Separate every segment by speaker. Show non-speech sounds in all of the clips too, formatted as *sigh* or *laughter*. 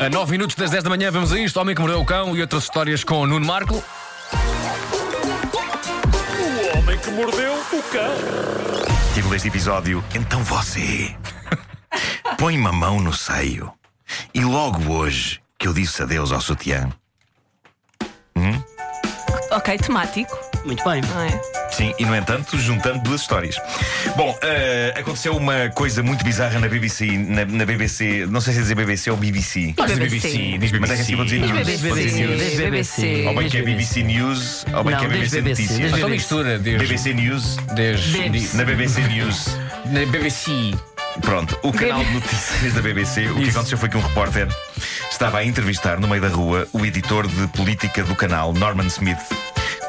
Speaker 1: A 9 minutos das 10 da manhã, vamos a isto: Homem que Mordeu o Cão e outras histórias com o Nuno Marco.
Speaker 2: O homem que mordeu o cão.
Speaker 3: Título deste episódio: Então você põe-me a mão no seio. E logo hoje que eu disse adeus ao sutiã.
Speaker 4: Ok, temático,
Speaker 5: Muito bem.
Speaker 4: não é?
Speaker 3: Sim, e no entanto, juntando duas histórias. Bom, eh, aconteceu uma coisa muito bizarra na BBC, na, na BBC, não sei se é dizer BBC ou BBC.
Speaker 4: Diz
Speaker 1: BBC, diz
Speaker 3: Mas é que assim vou dizer
Speaker 4: Diz
Speaker 3: news.
Speaker 4: BBC,
Speaker 3: Vou dizer news.
Speaker 4: diz BBC.
Speaker 3: Ou bem que é
Speaker 5: BBC.
Speaker 3: BBC News, ou bem
Speaker 5: Não,
Speaker 3: que é
Speaker 5: diz
Speaker 3: BBC
Speaker 5: BBC,
Speaker 3: Notícias.
Speaker 5: diz
Speaker 1: Só mistura, Deus.
Speaker 3: BBC News,
Speaker 1: Desde.
Speaker 4: Diz.
Speaker 3: na BBC News.
Speaker 1: Na BBC.
Speaker 3: Pronto, o canal de notícias da BBC, o que
Speaker 1: Isso.
Speaker 3: aconteceu foi que um repórter estava a entrevistar no meio da rua o editor de política do canal, Norman Smith.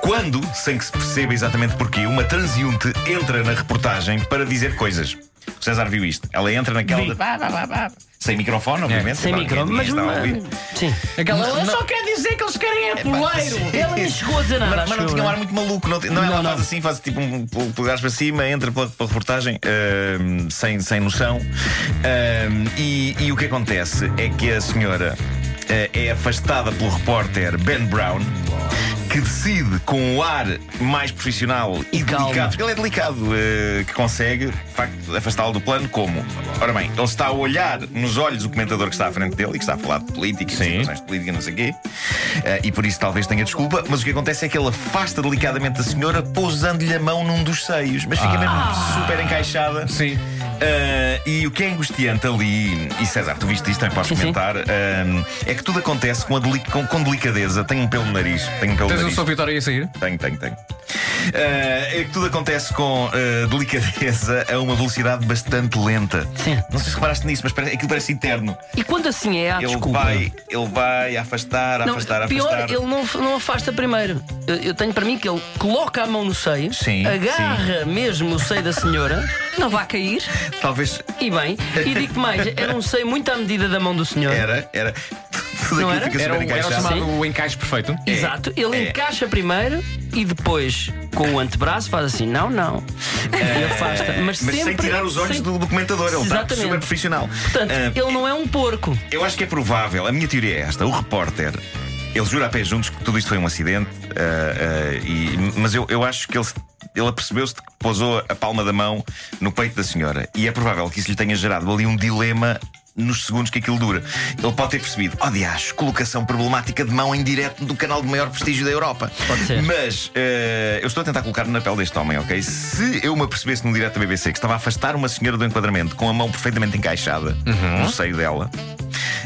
Speaker 3: Quando, sem que se perceba exatamente porquê, uma transeunte entra na reportagem para dizer coisas. O César viu isto. Ela entra naquela. de- Bah, bah, bah, bah. Sem microfone, obviamente.
Speaker 5: É, Sem micro,
Speaker 3: claro, ninguém
Speaker 5: mas.
Speaker 3: está a ouvir.
Speaker 5: Sim.
Speaker 1: Aquela. não-
Speaker 5: quero dizer que eles querem é
Speaker 3: sim.
Speaker 5: Ela
Speaker 3: *laughs*
Speaker 5: nem chegou a dizer nada.
Speaker 3: Mas, mas não
Speaker 5: acho
Speaker 3: tinha um
Speaker 5: eu, né?
Speaker 3: ar muito maluco, não, ti- não, ela
Speaker 5: Não, não.
Speaker 3: faz assim, faz tipo um pul- polegares para cima, entra pela, pela reportagem ahm, sem, sem noção. Ahm, e, e o que acontece é que a senhora ah, é afastada pelo repórter Ben Brown. Que decide com o ar mais profissional e,
Speaker 5: E calmo.
Speaker 3: delicado, porque ele é delicado, ah, que consegue, de facto, afastá-lo do plano como? Ora bem, ele está a olhar nos olhos o comentador que está à frente dele e que está a falar de política, de situações de política, não sei o quê, Ah, e por isso talvez tenha desculpa, mas o que acontece é que ele afasta delicadamente a senhora, pousando-lhe a mão num dos seios, mas fica
Speaker 5: Ah.
Speaker 3: mesmo super encaixada.
Speaker 1: Sim.
Speaker 3: Ah, e o que é angustiante ali, e César, tu viste isto, também podes
Speaker 5: Sim, sim.
Speaker 3: comentar, ah, é que tudo acontece com, a deli- com- com delicadeza. Tenho um pelo no nariz. Tenho um pelo no
Speaker 1: Tens o
Speaker 3: nariz.
Speaker 1: Sou Vitória a sair?
Speaker 3: Tenho, tenho, tenho. Ah, é que tudo acontece com ah, delicadeza a uma velocidade bastante lenta.
Speaker 5: Sim.
Speaker 3: Não sei se reparaste nisso, mas parece, aquilo parece eterno.
Speaker 5: E quando assim é, há
Speaker 3: Ele
Speaker 5: desculpa.
Speaker 3: vai, ele vai afastar,
Speaker 5: Não,
Speaker 3: afastar,
Speaker 5: pior,
Speaker 3: afastar.
Speaker 5: ele não, não afasta primeiro. Eu, eu tenho para mim que ele coloca a mão no seio,
Speaker 3: Sim,
Speaker 5: agarra mesmo o seio da senhora,
Speaker 4: Não vá cair.
Speaker 3: Talvez
Speaker 5: e bem, e digo mais, era um seio muito à medida da mão do senhor.
Speaker 3: era, era. Tudo
Speaker 5: Não
Speaker 3: aquilo
Speaker 5: era? um
Speaker 3: fica
Speaker 1: Era,
Speaker 3: super
Speaker 1: o- era o
Speaker 3: encaixado.
Speaker 1: chamado o encaixe perfeito.
Speaker 3: é,
Speaker 5: Exato, ele encaixa primeiro e depois com o antebraço faz assim, não, não. E afasta, mas,
Speaker 3: É. Mas
Speaker 5: sempre
Speaker 3: sem tirar os olhos
Speaker 5: sem-
Speaker 3: do documentador, ele tá está
Speaker 5: Exatamente.
Speaker 3: super profissional.
Speaker 5: Portanto,
Speaker 3: Ah,
Speaker 5: ele não é um porco.
Speaker 3: Eu acho que é provável, a minha teoria é esta: o repórter. Ele jura a pé juntos que tudo isto foi um acidente, ah, ah, e- mas eu, eu acho que ele, se- ele apercebeu-se de que pousou a palma da mão no peito da senhora. E é provável que isso lhe tenha gerado ali um dilema nos segundos que aquilo dura. Ele pode ter percebido, oh diacho, colocação problemática de mão em direto do canal de maior prestígio da Europa.
Speaker 5: Pode ser.
Speaker 3: Mas eh, eu estou a tentar colocar-me na pele deste homem, ok? Se eu me apercebesse num direto da BBC que estava a afastar uma senhora do enquadramento com a mão perfeitamente encaixada
Speaker 5: Uhum.
Speaker 3: no seio dela,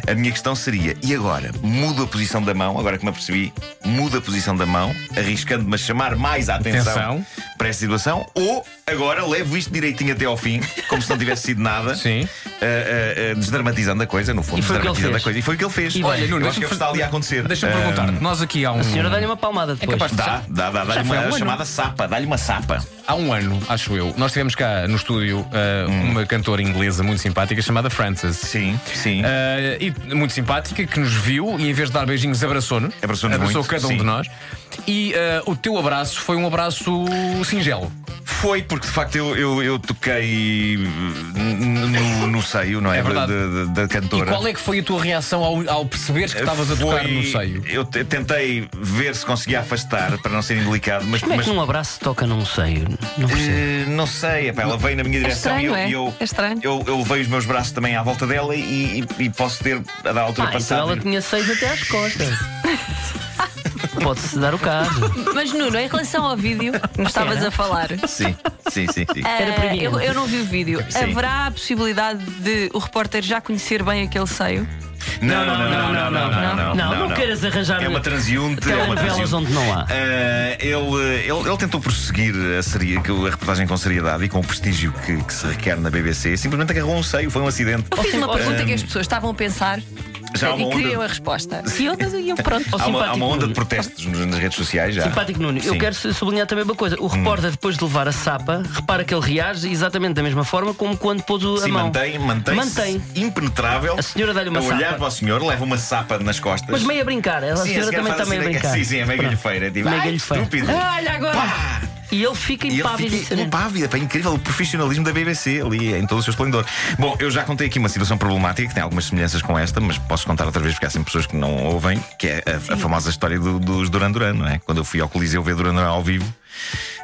Speaker 3: a minha questão seria: e agora? Mudo a posição da mão, agora que me apercebi, mudo a posição da mão, arriscando-me a chamar mais a atenção,
Speaker 1: Atenção.
Speaker 3: para esta situação, ou agora levo isto direitinho até ao fim, como se não tivesse sido
Speaker 5: *laughs*
Speaker 3: nada,
Speaker 1: Sim.
Speaker 3: eh, eh, eh, desdramatizando a coisa, no fundo,
Speaker 5: E foi o que ele
Speaker 3: desdramatizando a
Speaker 5: fez.
Speaker 3: coisa. E foi o que ele fez.
Speaker 5: E
Speaker 1: Olha,
Speaker 3: Eu
Speaker 1: Nuno,
Speaker 3: acho
Speaker 1: deixa-me
Speaker 3: que é o que está ali a acontecer. Eh,
Speaker 1: Deixa-me perguntar.
Speaker 3: Ahm,
Speaker 1: Nós aqui há um.
Speaker 5: A senhora dá-lhe uma
Speaker 3: É
Speaker 5: palmada depois.
Speaker 1: capaz de-
Speaker 3: Dá, dá, dá, dá-lhe
Speaker 1: Já foi há
Speaker 3: uma
Speaker 1: um ano.
Speaker 3: chamada sapa, dá-lhe uma sapa.
Speaker 1: Há um ano, acho eu, nós tivemos cá no estúdio uh,
Speaker 3: Hum.
Speaker 1: uma cantora inglesa muito simpática chamada Frances.
Speaker 3: Sim, sim.
Speaker 1: Uh, e muito simpática, que nos viu e em vez de dar beijinhos, abraçou-nos.
Speaker 3: Abraçou-nos
Speaker 1: Abraçou
Speaker 3: muito,
Speaker 1: cada um
Speaker 3: sim.
Speaker 1: de nós. E uh, o teu abraço foi um abraço singelo.
Speaker 3: Foi porque de facto eu, eu, eu toquei n- no, no seio, não é?
Speaker 1: É
Speaker 3: da,
Speaker 1: verdade.
Speaker 3: da- da
Speaker 1: E
Speaker 3: cantora. Eh,
Speaker 1: qual é que foi a tua reação ao, ao perceberes que estavas a tocar
Speaker 3: Foi-
Speaker 1: no seio?
Speaker 3: Eu te- tentei ver se conseguia afastar para não ser indelicado, mas.
Speaker 5: Como é
Speaker 3: mas,
Speaker 5: que num abraço se toca num seio? Não percebo.
Speaker 3: eh, não sei, epá, ela veio na minha direção
Speaker 4: estranho,
Speaker 3: e eu,
Speaker 4: é?
Speaker 3: e eu,
Speaker 4: É estranho.
Speaker 3: eu, eu levei os meus braços também à volta dela e, e- e posso ter a da altura
Speaker 5: Ah, então
Speaker 3: passada.
Speaker 5: ela tinha seis até às
Speaker 3: *laughs*
Speaker 5: costas. Pode-se dar o caso.
Speaker 4: Mas, Nuno, em relação ao vídeo
Speaker 3: *laughs*
Speaker 4: que me estavas
Speaker 5: Era?
Speaker 4: a falar.
Speaker 3: Sim, sim, sim,
Speaker 5: *laughs*
Speaker 3: sim.
Speaker 4: eh,
Speaker 5: Era para mim.
Speaker 4: eu, eu não vi o vídeo.
Speaker 3: Sim.
Speaker 4: Haverá a possibilidade de o repórter já conhecer bem aquele seio?
Speaker 3: Não, não, não, não, não, não, não,
Speaker 5: Não, não queiras arranjar
Speaker 3: É uma transiunte, é uma
Speaker 5: telenovelas
Speaker 3: transiunte.
Speaker 5: onde não
Speaker 3: *laughs*
Speaker 5: há.
Speaker 3: Ah, ele, ele, ele tentou prosseguir a, seria, que a reportagem com seriedade e com o prestígio que, que se requer na BBC. Simplesmente agarrou um seio, foi um acidente.
Speaker 4: Eu fiz
Speaker 5: sim,
Speaker 4: uma
Speaker 5: ou-
Speaker 4: pergunta que as pessoas estavam a pensar
Speaker 3: Já há
Speaker 4: e
Speaker 3: uma
Speaker 4: queriam a
Speaker 3: onda,
Speaker 4: resposta. E eu, e eu pronto.
Speaker 5: Ou
Speaker 3: há uma, há
Speaker 5: oh, simpático
Speaker 3: uma onda de
Speaker 5: Nuno.
Speaker 3: protestos nos- nas redes sociais já.
Speaker 5: Simpático Nuno, eu
Speaker 3: Sim. Hum.
Speaker 5: quero su- sublinhar também uma coisa. O repórter, depois de levar a sapa, repara que ele reage exatamente da mesma forma como quando pôs o- a
Speaker 3: Sim,
Speaker 5: mão.
Speaker 3: mantém, mantém,
Speaker 5: Mantém.
Speaker 3: impenetrável.
Speaker 5: A senhora dá-lhe uma
Speaker 3: a olhar
Speaker 5: sapa.
Speaker 3: para o senhor, leva uma sapa nas costas.
Speaker 5: Mas meio a brincar, ela, a
Speaker 3: Sim,
Speaker 5: senhora
Speaker 3: senhora
Speaker 5: também
Speaker 3: faz
Speaker 5: está meio a
Speaker 3: assim,
Speaker 5: brincar.
Speaker 3: Sim, sim, é meio galhofeira. é Tipo,
Speaker 5: Meio
Speaker 3: "Ai,
Speaker 5: galhofeira." Ah,
Speaker 3: estúpido.
Speaker 5: Olha agora!
Speaker 3: Pá!
Speaker 5: E ele fica
Speaker 3: E ele
Speaker 5: impávido. né?
Speaker 3: fica impávida, pá, incrível o profissionalismo da BBC ali em todo o seu esplendor. Bom, eu já contei aqui uma situação problemática que tem algumas semelhanças com esta, mas posso contar outra vez porque há sempre pessoas que não ouvem, que é a, a famosa história do- dos Duran Duran, não é? Quando eu fui ao Coliseu ver Duran Duran ao vivo,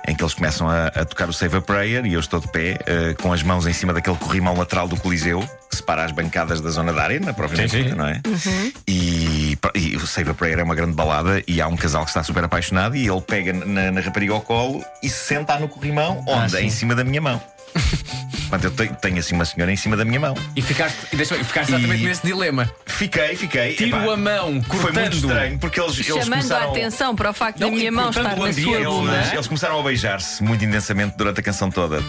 Speaker 3: em que eles começam a, a tocar o Save a Prayer e eu estou de pé eh, com as mãos em cima daquele corrimão lateral do Coliseu que separa as bancadas da zona da arena, propriamente
Speaker 1: Sim, sim.
Speaker 3: dita, não é?
Speaker 4: Uhum.
Speaker 3: E, e o Save a Prayer é uma grande balada e há um casal que está super apaixonado e ele pega na, na rapariga ao colo e se senta no corrimão,
Speaker 1: Ah,
Speaker 3: onde?
Speaker 5: sim.
Speaker 3: em cima da
Speaker 1: *laughs*
Speaker 3: minha mão. Portanto, eu tenho, tenho assim uma senhora em cima da minha mão.
Speaker 1: E ficaste, e deixa, ficaste exatamente
Speaker 3: E-
Speaker 1: nesse dilema.
Speaker 3: Fiquei, fiquei.
Speaker 1: Tiro
Speaker 3: epá,
Speaker 1: a mão,
Speaker 3: Foi muito
Speaker 1: cortando.
Speaker 3: estranho porque eles, eles
Speaker 4: Chamando
Speaker 3: começaram...
Speaker 4: a atenção para o facto
Speaker 1: Não,
Speaker 4: da minha
Speaker 1: e,
Speaker 4: mão
Speaker 1: portanto,
Speaker 4: estar
Speaker 1: o
Speaker 4: na sua
Speaker 1: ambiente,
Speaker 4: bunda.
Speaker 3: Eles, eles começaram a beijar-se muito intensamente durante a canção toda.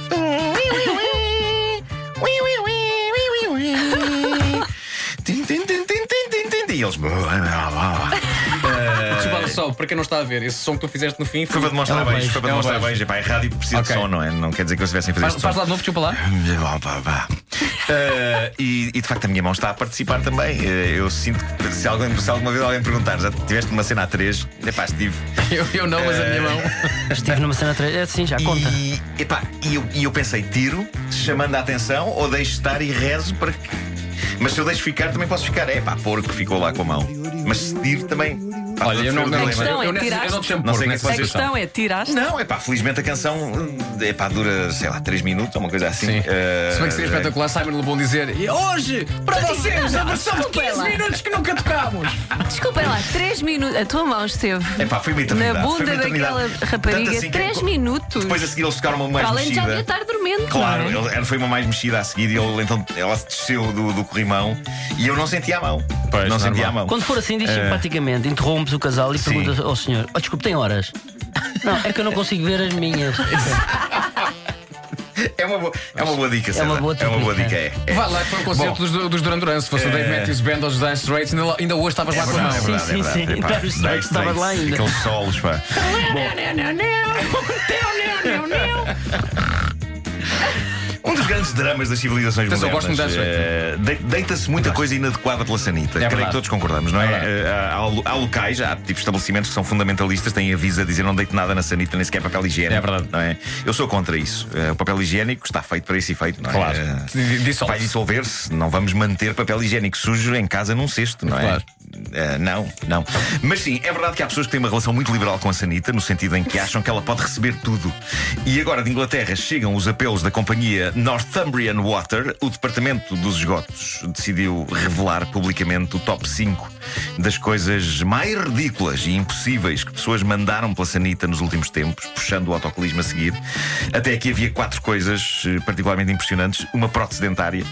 Speaker 3: E eles.
Speaker 1: Desculpa só, para quem não está a ver, esse som que tu fizeste no fim
Speaker 3: Ah, Foi para demonstrar
Speaker 1: É um
Speaker 3: beijo, foi para
Speaker 1: é um
Speaker 3: demonstrar beijo. Epá, É rádio precisa
Speaker 1: Ok.
Speaker 3: de som, não é? Não quer dizer que eles estivessem a fazer
Speaker 1: Faz,
Speaker 3: este
Speaker 1: faz
Speaker 3: som.
Speaker 1: lá de novo, desculpa
Speaker 3: *laughs*
Speaker 1: lá.
Speaker 3: Eh, e, e de facto a minha mão está a participar também. Eh, eu sinto que se, alguém, se alguma vez alguém perguntar, já tiveste uma cena a três, epá, estive.
Speaker 1: Eu, eu não, mas a
Speaker 3: Eh,
Speaker 1: minha mão.
Speaker 5: Estive numa cena três. É assim, já conta.
Speaker 3: E, epá, e, eu, e eu pensei, tiro, chamando a atenção, ou deixo estar e rezo para que. Mas se eu deixo ficar, também posso ficar. É pá, porco ficou lá com a mão. Mas se tiro também. Pá,
Speaker 1: Olha, eu não,
Speaker 3: foi o
Speaker 1: não,
Speaker 3: dilema.
Speaker 1: eu,
Speaker 4: questão é
Speaker 1: eu, nessas- eu não te chamo
Speaker 3: Não sei
Speaker 1: porco
Speaker 3: quem
Speaker 1: nessa
Speaker 3: foi
Speaker 4: A
Speaker 3: Vocês
Speaker 4: questão é, tiraste?
Speaker 3: Não, é pá, felizmente a canção é pá, dura, sei lá, 3 minutos ou uma coisa assim.
Speaker 1: Sim.
Speaker 3: Eh,
Speaker 1: Se bem que seria espetacular, Simon Le Bon dizer E hoje, para vocês, a versão de
Speaker 4: desculpa
Speaker 1: 15
Speaker 4: lá.
Speaker 1: minutos que nunca tocámos.
Speaker 4: Desculpem é lá, 3 minutos. A tua mão esteve
Speaker 3: Epá, foi uma eternidade.
Speaker 4: na
Speaker 3: foi
Speaker 4: bunda
Speaker 3: uma eternidade.
Speaker 4: daquela
Speaker 3: Tanto
Speaker 4: rapariga.
Speaker 3: assim que
Speaker 4: 3
Speaker 3: depois-
Speaker 4: minutos.
Speaker 3: Depois a seguir eles tocaram uma mais
Speaker 4: Para além de já
Speaker 3: mexida.
Speaker 4: devia estar dormente.
Speaker 3: Claro,
Speaker 4: não é?
Speaker 3: ele- ela foi uma mais mexida a seguir e ele, então, ela se desceu do, do corrimão e eu não sentia a mão.
Speaker 1: Pois,
Speaker 3: não sentia
Speaker 1: normal.
Speaker 3: a mão.
Speaker 5: Quando for assim, diz simpaticamente, interrompes o casal e
Speaker 3: É. Sim.
Speaker 5: perguntas ao senhor: oh, desculpe, tem horas? Não, é que eu não consigo ver as
Speaker 3: *laughs*
Speaker 5: minhas.
Speaker 3: É uma boa, é uma boa dica, Sandra.
Speaker 5: uma boa
Speaker 3: é uma boa
Speaker 5: técnica.
Speaker 3: dica. É, é.
Speaker 1: Vai lá que foi um concerto dos, dos Duran Duran. Se fosse o Dave Matthews Band ou os Dire Straits, ainda, lá- ainda hoje estavas lá
Speaker 3: É
Speaker 1: com a mão.
Speaker 3: verdade, é verdade,
Speaker 5: Sim,
Speaker 3: é
Speaker 5: sim,
Speaker 3: verdade.
Speaker 5: sim.
Speaker 3: Epá,
Speaker 5: Então, isto
Speaker 3: Dire
Speaker 5: estava
Speaker 3: Straits,
Speaker 5: lá ainda.
Speaker 3: Aqueles solos, pá. Um dos grandes dramas das civilizações
Speaker 1: Mas eu
Speaker 3: modernas.
Speaker 1: gosto muito da
Speaker 3: eh, de- Deita-se muita coisa inadequada pela sanita. Creio
Speaker 1: verdade.
Speaker 3: que todos concordamos, não é?
Speaker 1: É verdade.
Speaker 3: Eh, há- há, lo- há locais, há tipo estabelecimentos que são fundamentalistas, têm aviso a dizer não deite nada na sanita, nem sequer papel higiênico.
Speaker 1: É verdade.
Speaker 3: Não é? Eu sou contra isso. Eh, o papel higiênico está feito para esse efeito, não é?
Speaker 1: Claro.
Speaker 3: Eh,
Speaker 1: D- dissolve-se.
Speaker 3: Vai dissolver-se. Não vamos manter papel higiênico sujo em casa num cesto, não é?
Speaker 1: Claro.
Speaker 3: Eh, não, não. Mas sim, é verdade que há pessoas que têm uma relação muito liberal com a Sanita, no sentido em que acham que ela pode receber tudo. E agora de Inglaterra chegam os apelos da companhia Northumbrian Water. O Departamento dos Esgotos decidiu revelar publicamente o top 5 das coisas mais ridículas e impossíveis que pessoas mandaram pela Sanita nos últimos tempos, puxando o autocolismo a seguir. Até aqui havia quatro coisas eh, particularmente impressionantes: uma prótese dentária.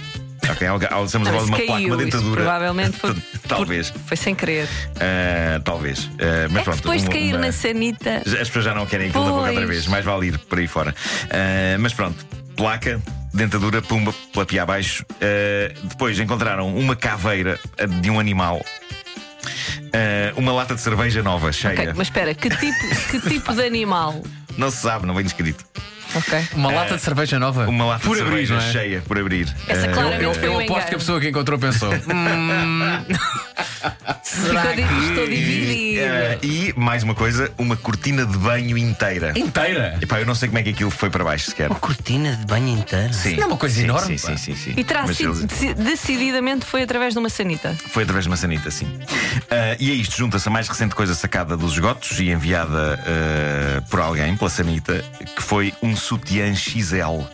Speaker 3: Ok, alga- al- estamos a falar de
Speaker 4: Mas
Speaker 3: uma
Speaker 4: caiu,
Speaker 3: placa, uma
Speaker 4: isso
Speaker 3: dentadura.
Speaker 4: provavelmente foi-
Speaker 3: *laughs* Talvez.
Speaker 4: Foi sem querer.
Speaker 3: Ah, talvez. Ah, mas
Speaker 4: É que
Speaker 3: pronto,
Speaker 4: depois de
Speaker 3: uma-
Speaker 4: cair
Speaker 3: uma-
Speaker 4: na sanita.
Speaker 3: já- As pessoas já não querem aquilo da boca
Speaker 4: Pois.
Speaker 3: outra vez, mais vale ir por aí fora. Ah, mas pronto, placa, dentadura, pumba, pela pia abaixo. Ah, depois encontraram uma caveira ah, de um animal. Ah, uma lata de cerveja nova,
Speaker 4: Ok,
Speaker 3: cheia.
Speaker 4: mas espera, que tipo,
Speaker 3: *laughs*
Speaker 4: que tipo de animal?
Speaker 3: Não se sabe, não vem descrito.
Speaker 4: Ok.
Speaker 1: Uma lata de cerveja nova.
Speaker 3: Uma lata
Speaker 1: Por
Speaker 3: de
Speaker 1: abrir,
Speaker 3: cerveja
Speaker 1: não é?
Speaker 3: cheia, por abrir.
Speaker 4: Essa
Speaker 3: Ah,
Speaker 4: claramente
Speaker 1: Eu,
Speaker 4: foi
Speaker 1: eu
Speaker 4: um
Speaker 1: aposto que a
Speaker 4: engano.
Speaker 1: pessoa que encontrou pensou. "Hum, será
Speaker 4: Ficou di-
Speaker 1: que.
Speaker 3: é
Speaker 4: Estou dividida.
Speaker 3: ah, e mais uma coisa, uma cortina de banho inteira.
Speaker 1: Inteira?
Speaker 3: Epá, eu não sei como é que aquilo foi para baixo sequer.
Speaker 5: Uma cortina de banho inteira.
Speaker 3: Sim.
Speaker 1: Não é uma coisa
Speaker 3: Sim,
Speaker 1: enorme,
Speaker 3: Sim,
Speaker 1: pá.
Speaker 3: sim, sim, sim.
Speaker 4: E terá
Speaker 3: Mas
Speaker 4: sido
Speaker 3: eles-
Speaker 4: deci- decididamente foi através de uma sanita.
Speaker 3: Foi através de uma sanita, sim. Ah, e a isto junta-se a mais recente coisa sacada dos esgotos e enviada ah, por alguém, pela sanita, que foi um sutiã XL.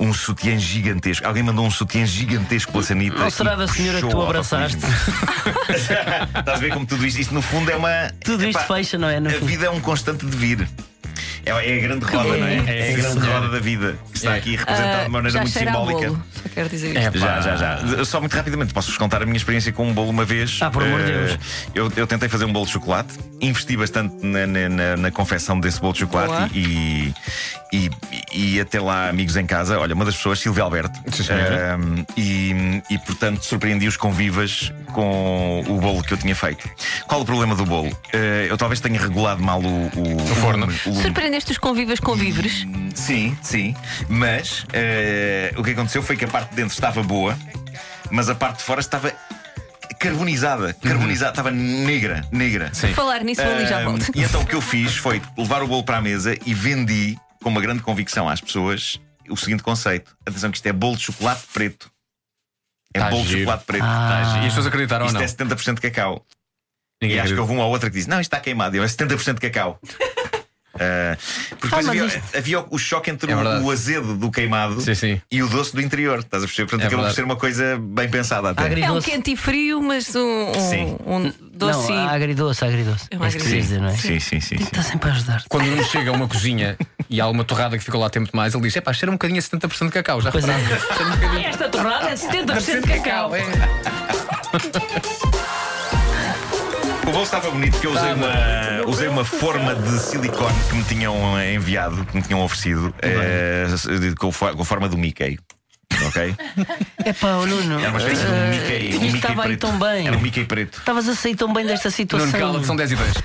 Speaker 3: Um sutiã gigantesco. Alguém mandou um sutiã gigantesco pela sanita.
Speaker 5: Ou será
Speaker 3: e
Speaker 5: da senhora que
Speaker 3: puxou
Speaker 5: tu
Speaker 3: o
Speaker 5: abraçaste?
Speaker 3: autocolismo. *laughs* Estás a ver como tudo isto, isto no fundo é uma.
Speaker 5: Tudo isto
Speaker 3: Epá,
Speaker 5: fecha, não é? No
Speaker 3: a
Speaker 5: fundo.
Speaker 3: vida é um constante devir. É, é a grande roda, não é? É a grande roda da vida que está
Speaker 1: É.
Speaker 3: aqui representada de uma
Speaker 4: Ah,
Speaker 3: maneira
Speaker 4: já
Speaker 3: muito
Speaker 4: cheira
Speaker 3: simbólica.
Speaker 4: a bolo. Só quero dizer
Speaker 1: É,
Speaker 4: isto.
Speaker 1: pá.
Speaker 3: Já, já, já. Só muito rapidamente, posso-vos contar a minha experiência com um bolo uma vez.
Speaker 5: Ah, por amor de
Speaker 3: Eh,
Speaker 5: Deus.
Speaker 3: Eu, eu tentei fazer um bolo de chocolate, investi bastante na, na, na- na confecção desse bolo de
Speaker 4: Boa.
Speaker 3: chocolate e, e, e, e até lá amigos em casa. Olha, uma das pessoas, Silvia Alberto.
Speaker 1: Sim, senhora.
Speaker 3: Ahm, e, e, portanto, surpreendi os convivas com o bolo que eu tinha feito. Qual o problema do bolo? Eh, eu talvez tenha regulado mal o, o,
Speaker 1: forno.
Speaker 3: o lume.
Speaker 4: Surpreendeste os convivas com víveres?
Speaker 3: Sim, sim. Mas eh, o que aconteceu foi que a parte de dentro estava boa, mas a parte de fora estava carbonizada. Carbonizada, estava negra, negra.
Speaker 1: Sim.
Speaker 4: Falar nisso ali já
Speaker 3: Ahm,
Speaker 4: volto.
Speaker 3: E então o que eu *laughs* fiz foi levar o bolo para a mesa e vendi com uma grande convicção às pessoas o seguinte conceito: atenção, que isto é bolo de chocolate preto. É
Speaker 1: Tá
Speaker 3: bolo de
Speaker 1: giro.
Speaker 3: chocolate preto.
Speaker 1: Ah, E as pessoas acreditaram ou
Speaker 3: isto
Speaker 1: não?
Speaker 3: é 70% de cacau.
Speaker 1: Ninguém
Speaker 3: E acho que
Speaker 1: acredita.
Speaker 3: houve uma ou outra que disse: Não, isto está queimado. E Eu, é 70% de *laughs* cacau. Ah, porque
Speaker 4: Ah,
Speaker 3: depois
Speaker 4: mas
Speaker 3: havia,
Speaker 4: isto-
Speaker 3: havia o choque entre
Speaker 1: É
Speaker 3: o-
Speaker 1: verdade.
Speaker 3: o azedo do queimado
Speaker 1: Sim, sim.
Speaker 3: e o doce do interior. Estás a perceber? Portanto,
Speaker 1: É
Speaker 3: acabou por
Speaker 1: verdade.
Speaker 3: ser uma coisa bem pensada até.
Speaker 5: Agri-
Speaker 4: É um
Speaker 5: doce.
Speaker 4: quente e frio, mas um, um-
Speaker 3: Sim.
Speaker 4: um doce.
Speaker 5: Não,
Speaker 4: e-
Speaker 5: agridoce, agridoce.
Speaker 4: É um
Speaker 5: É isso que
Speaker 4: agridoce.
Speaker 5: queres dizer, não é?
Speaker 3: Sim, sim, sim. sim.
Speaker 5: Está sempre a ajudar.
Speaker 1: Quando não chega a uma cozinha e há uma torrada que ficou lá tempo demais, ele diz: é pá, cheira um bocadinho a 70% de cacau. Já
Speaker 5: Pois é.
Speaker 1: repararam?
Speaker 5: Esta torrada é 70% de cacau. é.
Speaker 3: O bolso estava bonito porque eu usei uma, usei uma forma de silicone que me tinham eh, enviado, que me tinham oferecido, eh, de- com, fo- com a forma do Mickey. *laughs* Ok?
Speaker 5: É pá, Nuno.
Speaker 3: Era uma espécie de um Mickey, um
Speaker 5: isto
Speaker 3: Mickey
Speaker 5: estava aí
Speaker 3: preto.
Speaker 5: tão bem.
Speaker 3: Era um Mickey preto.
Speaker 5: Estavas a sair tão bem desta
Speaker 1: Nuno
Speaker 5: situação.
Speaker 1: Cala, são 10 e 10.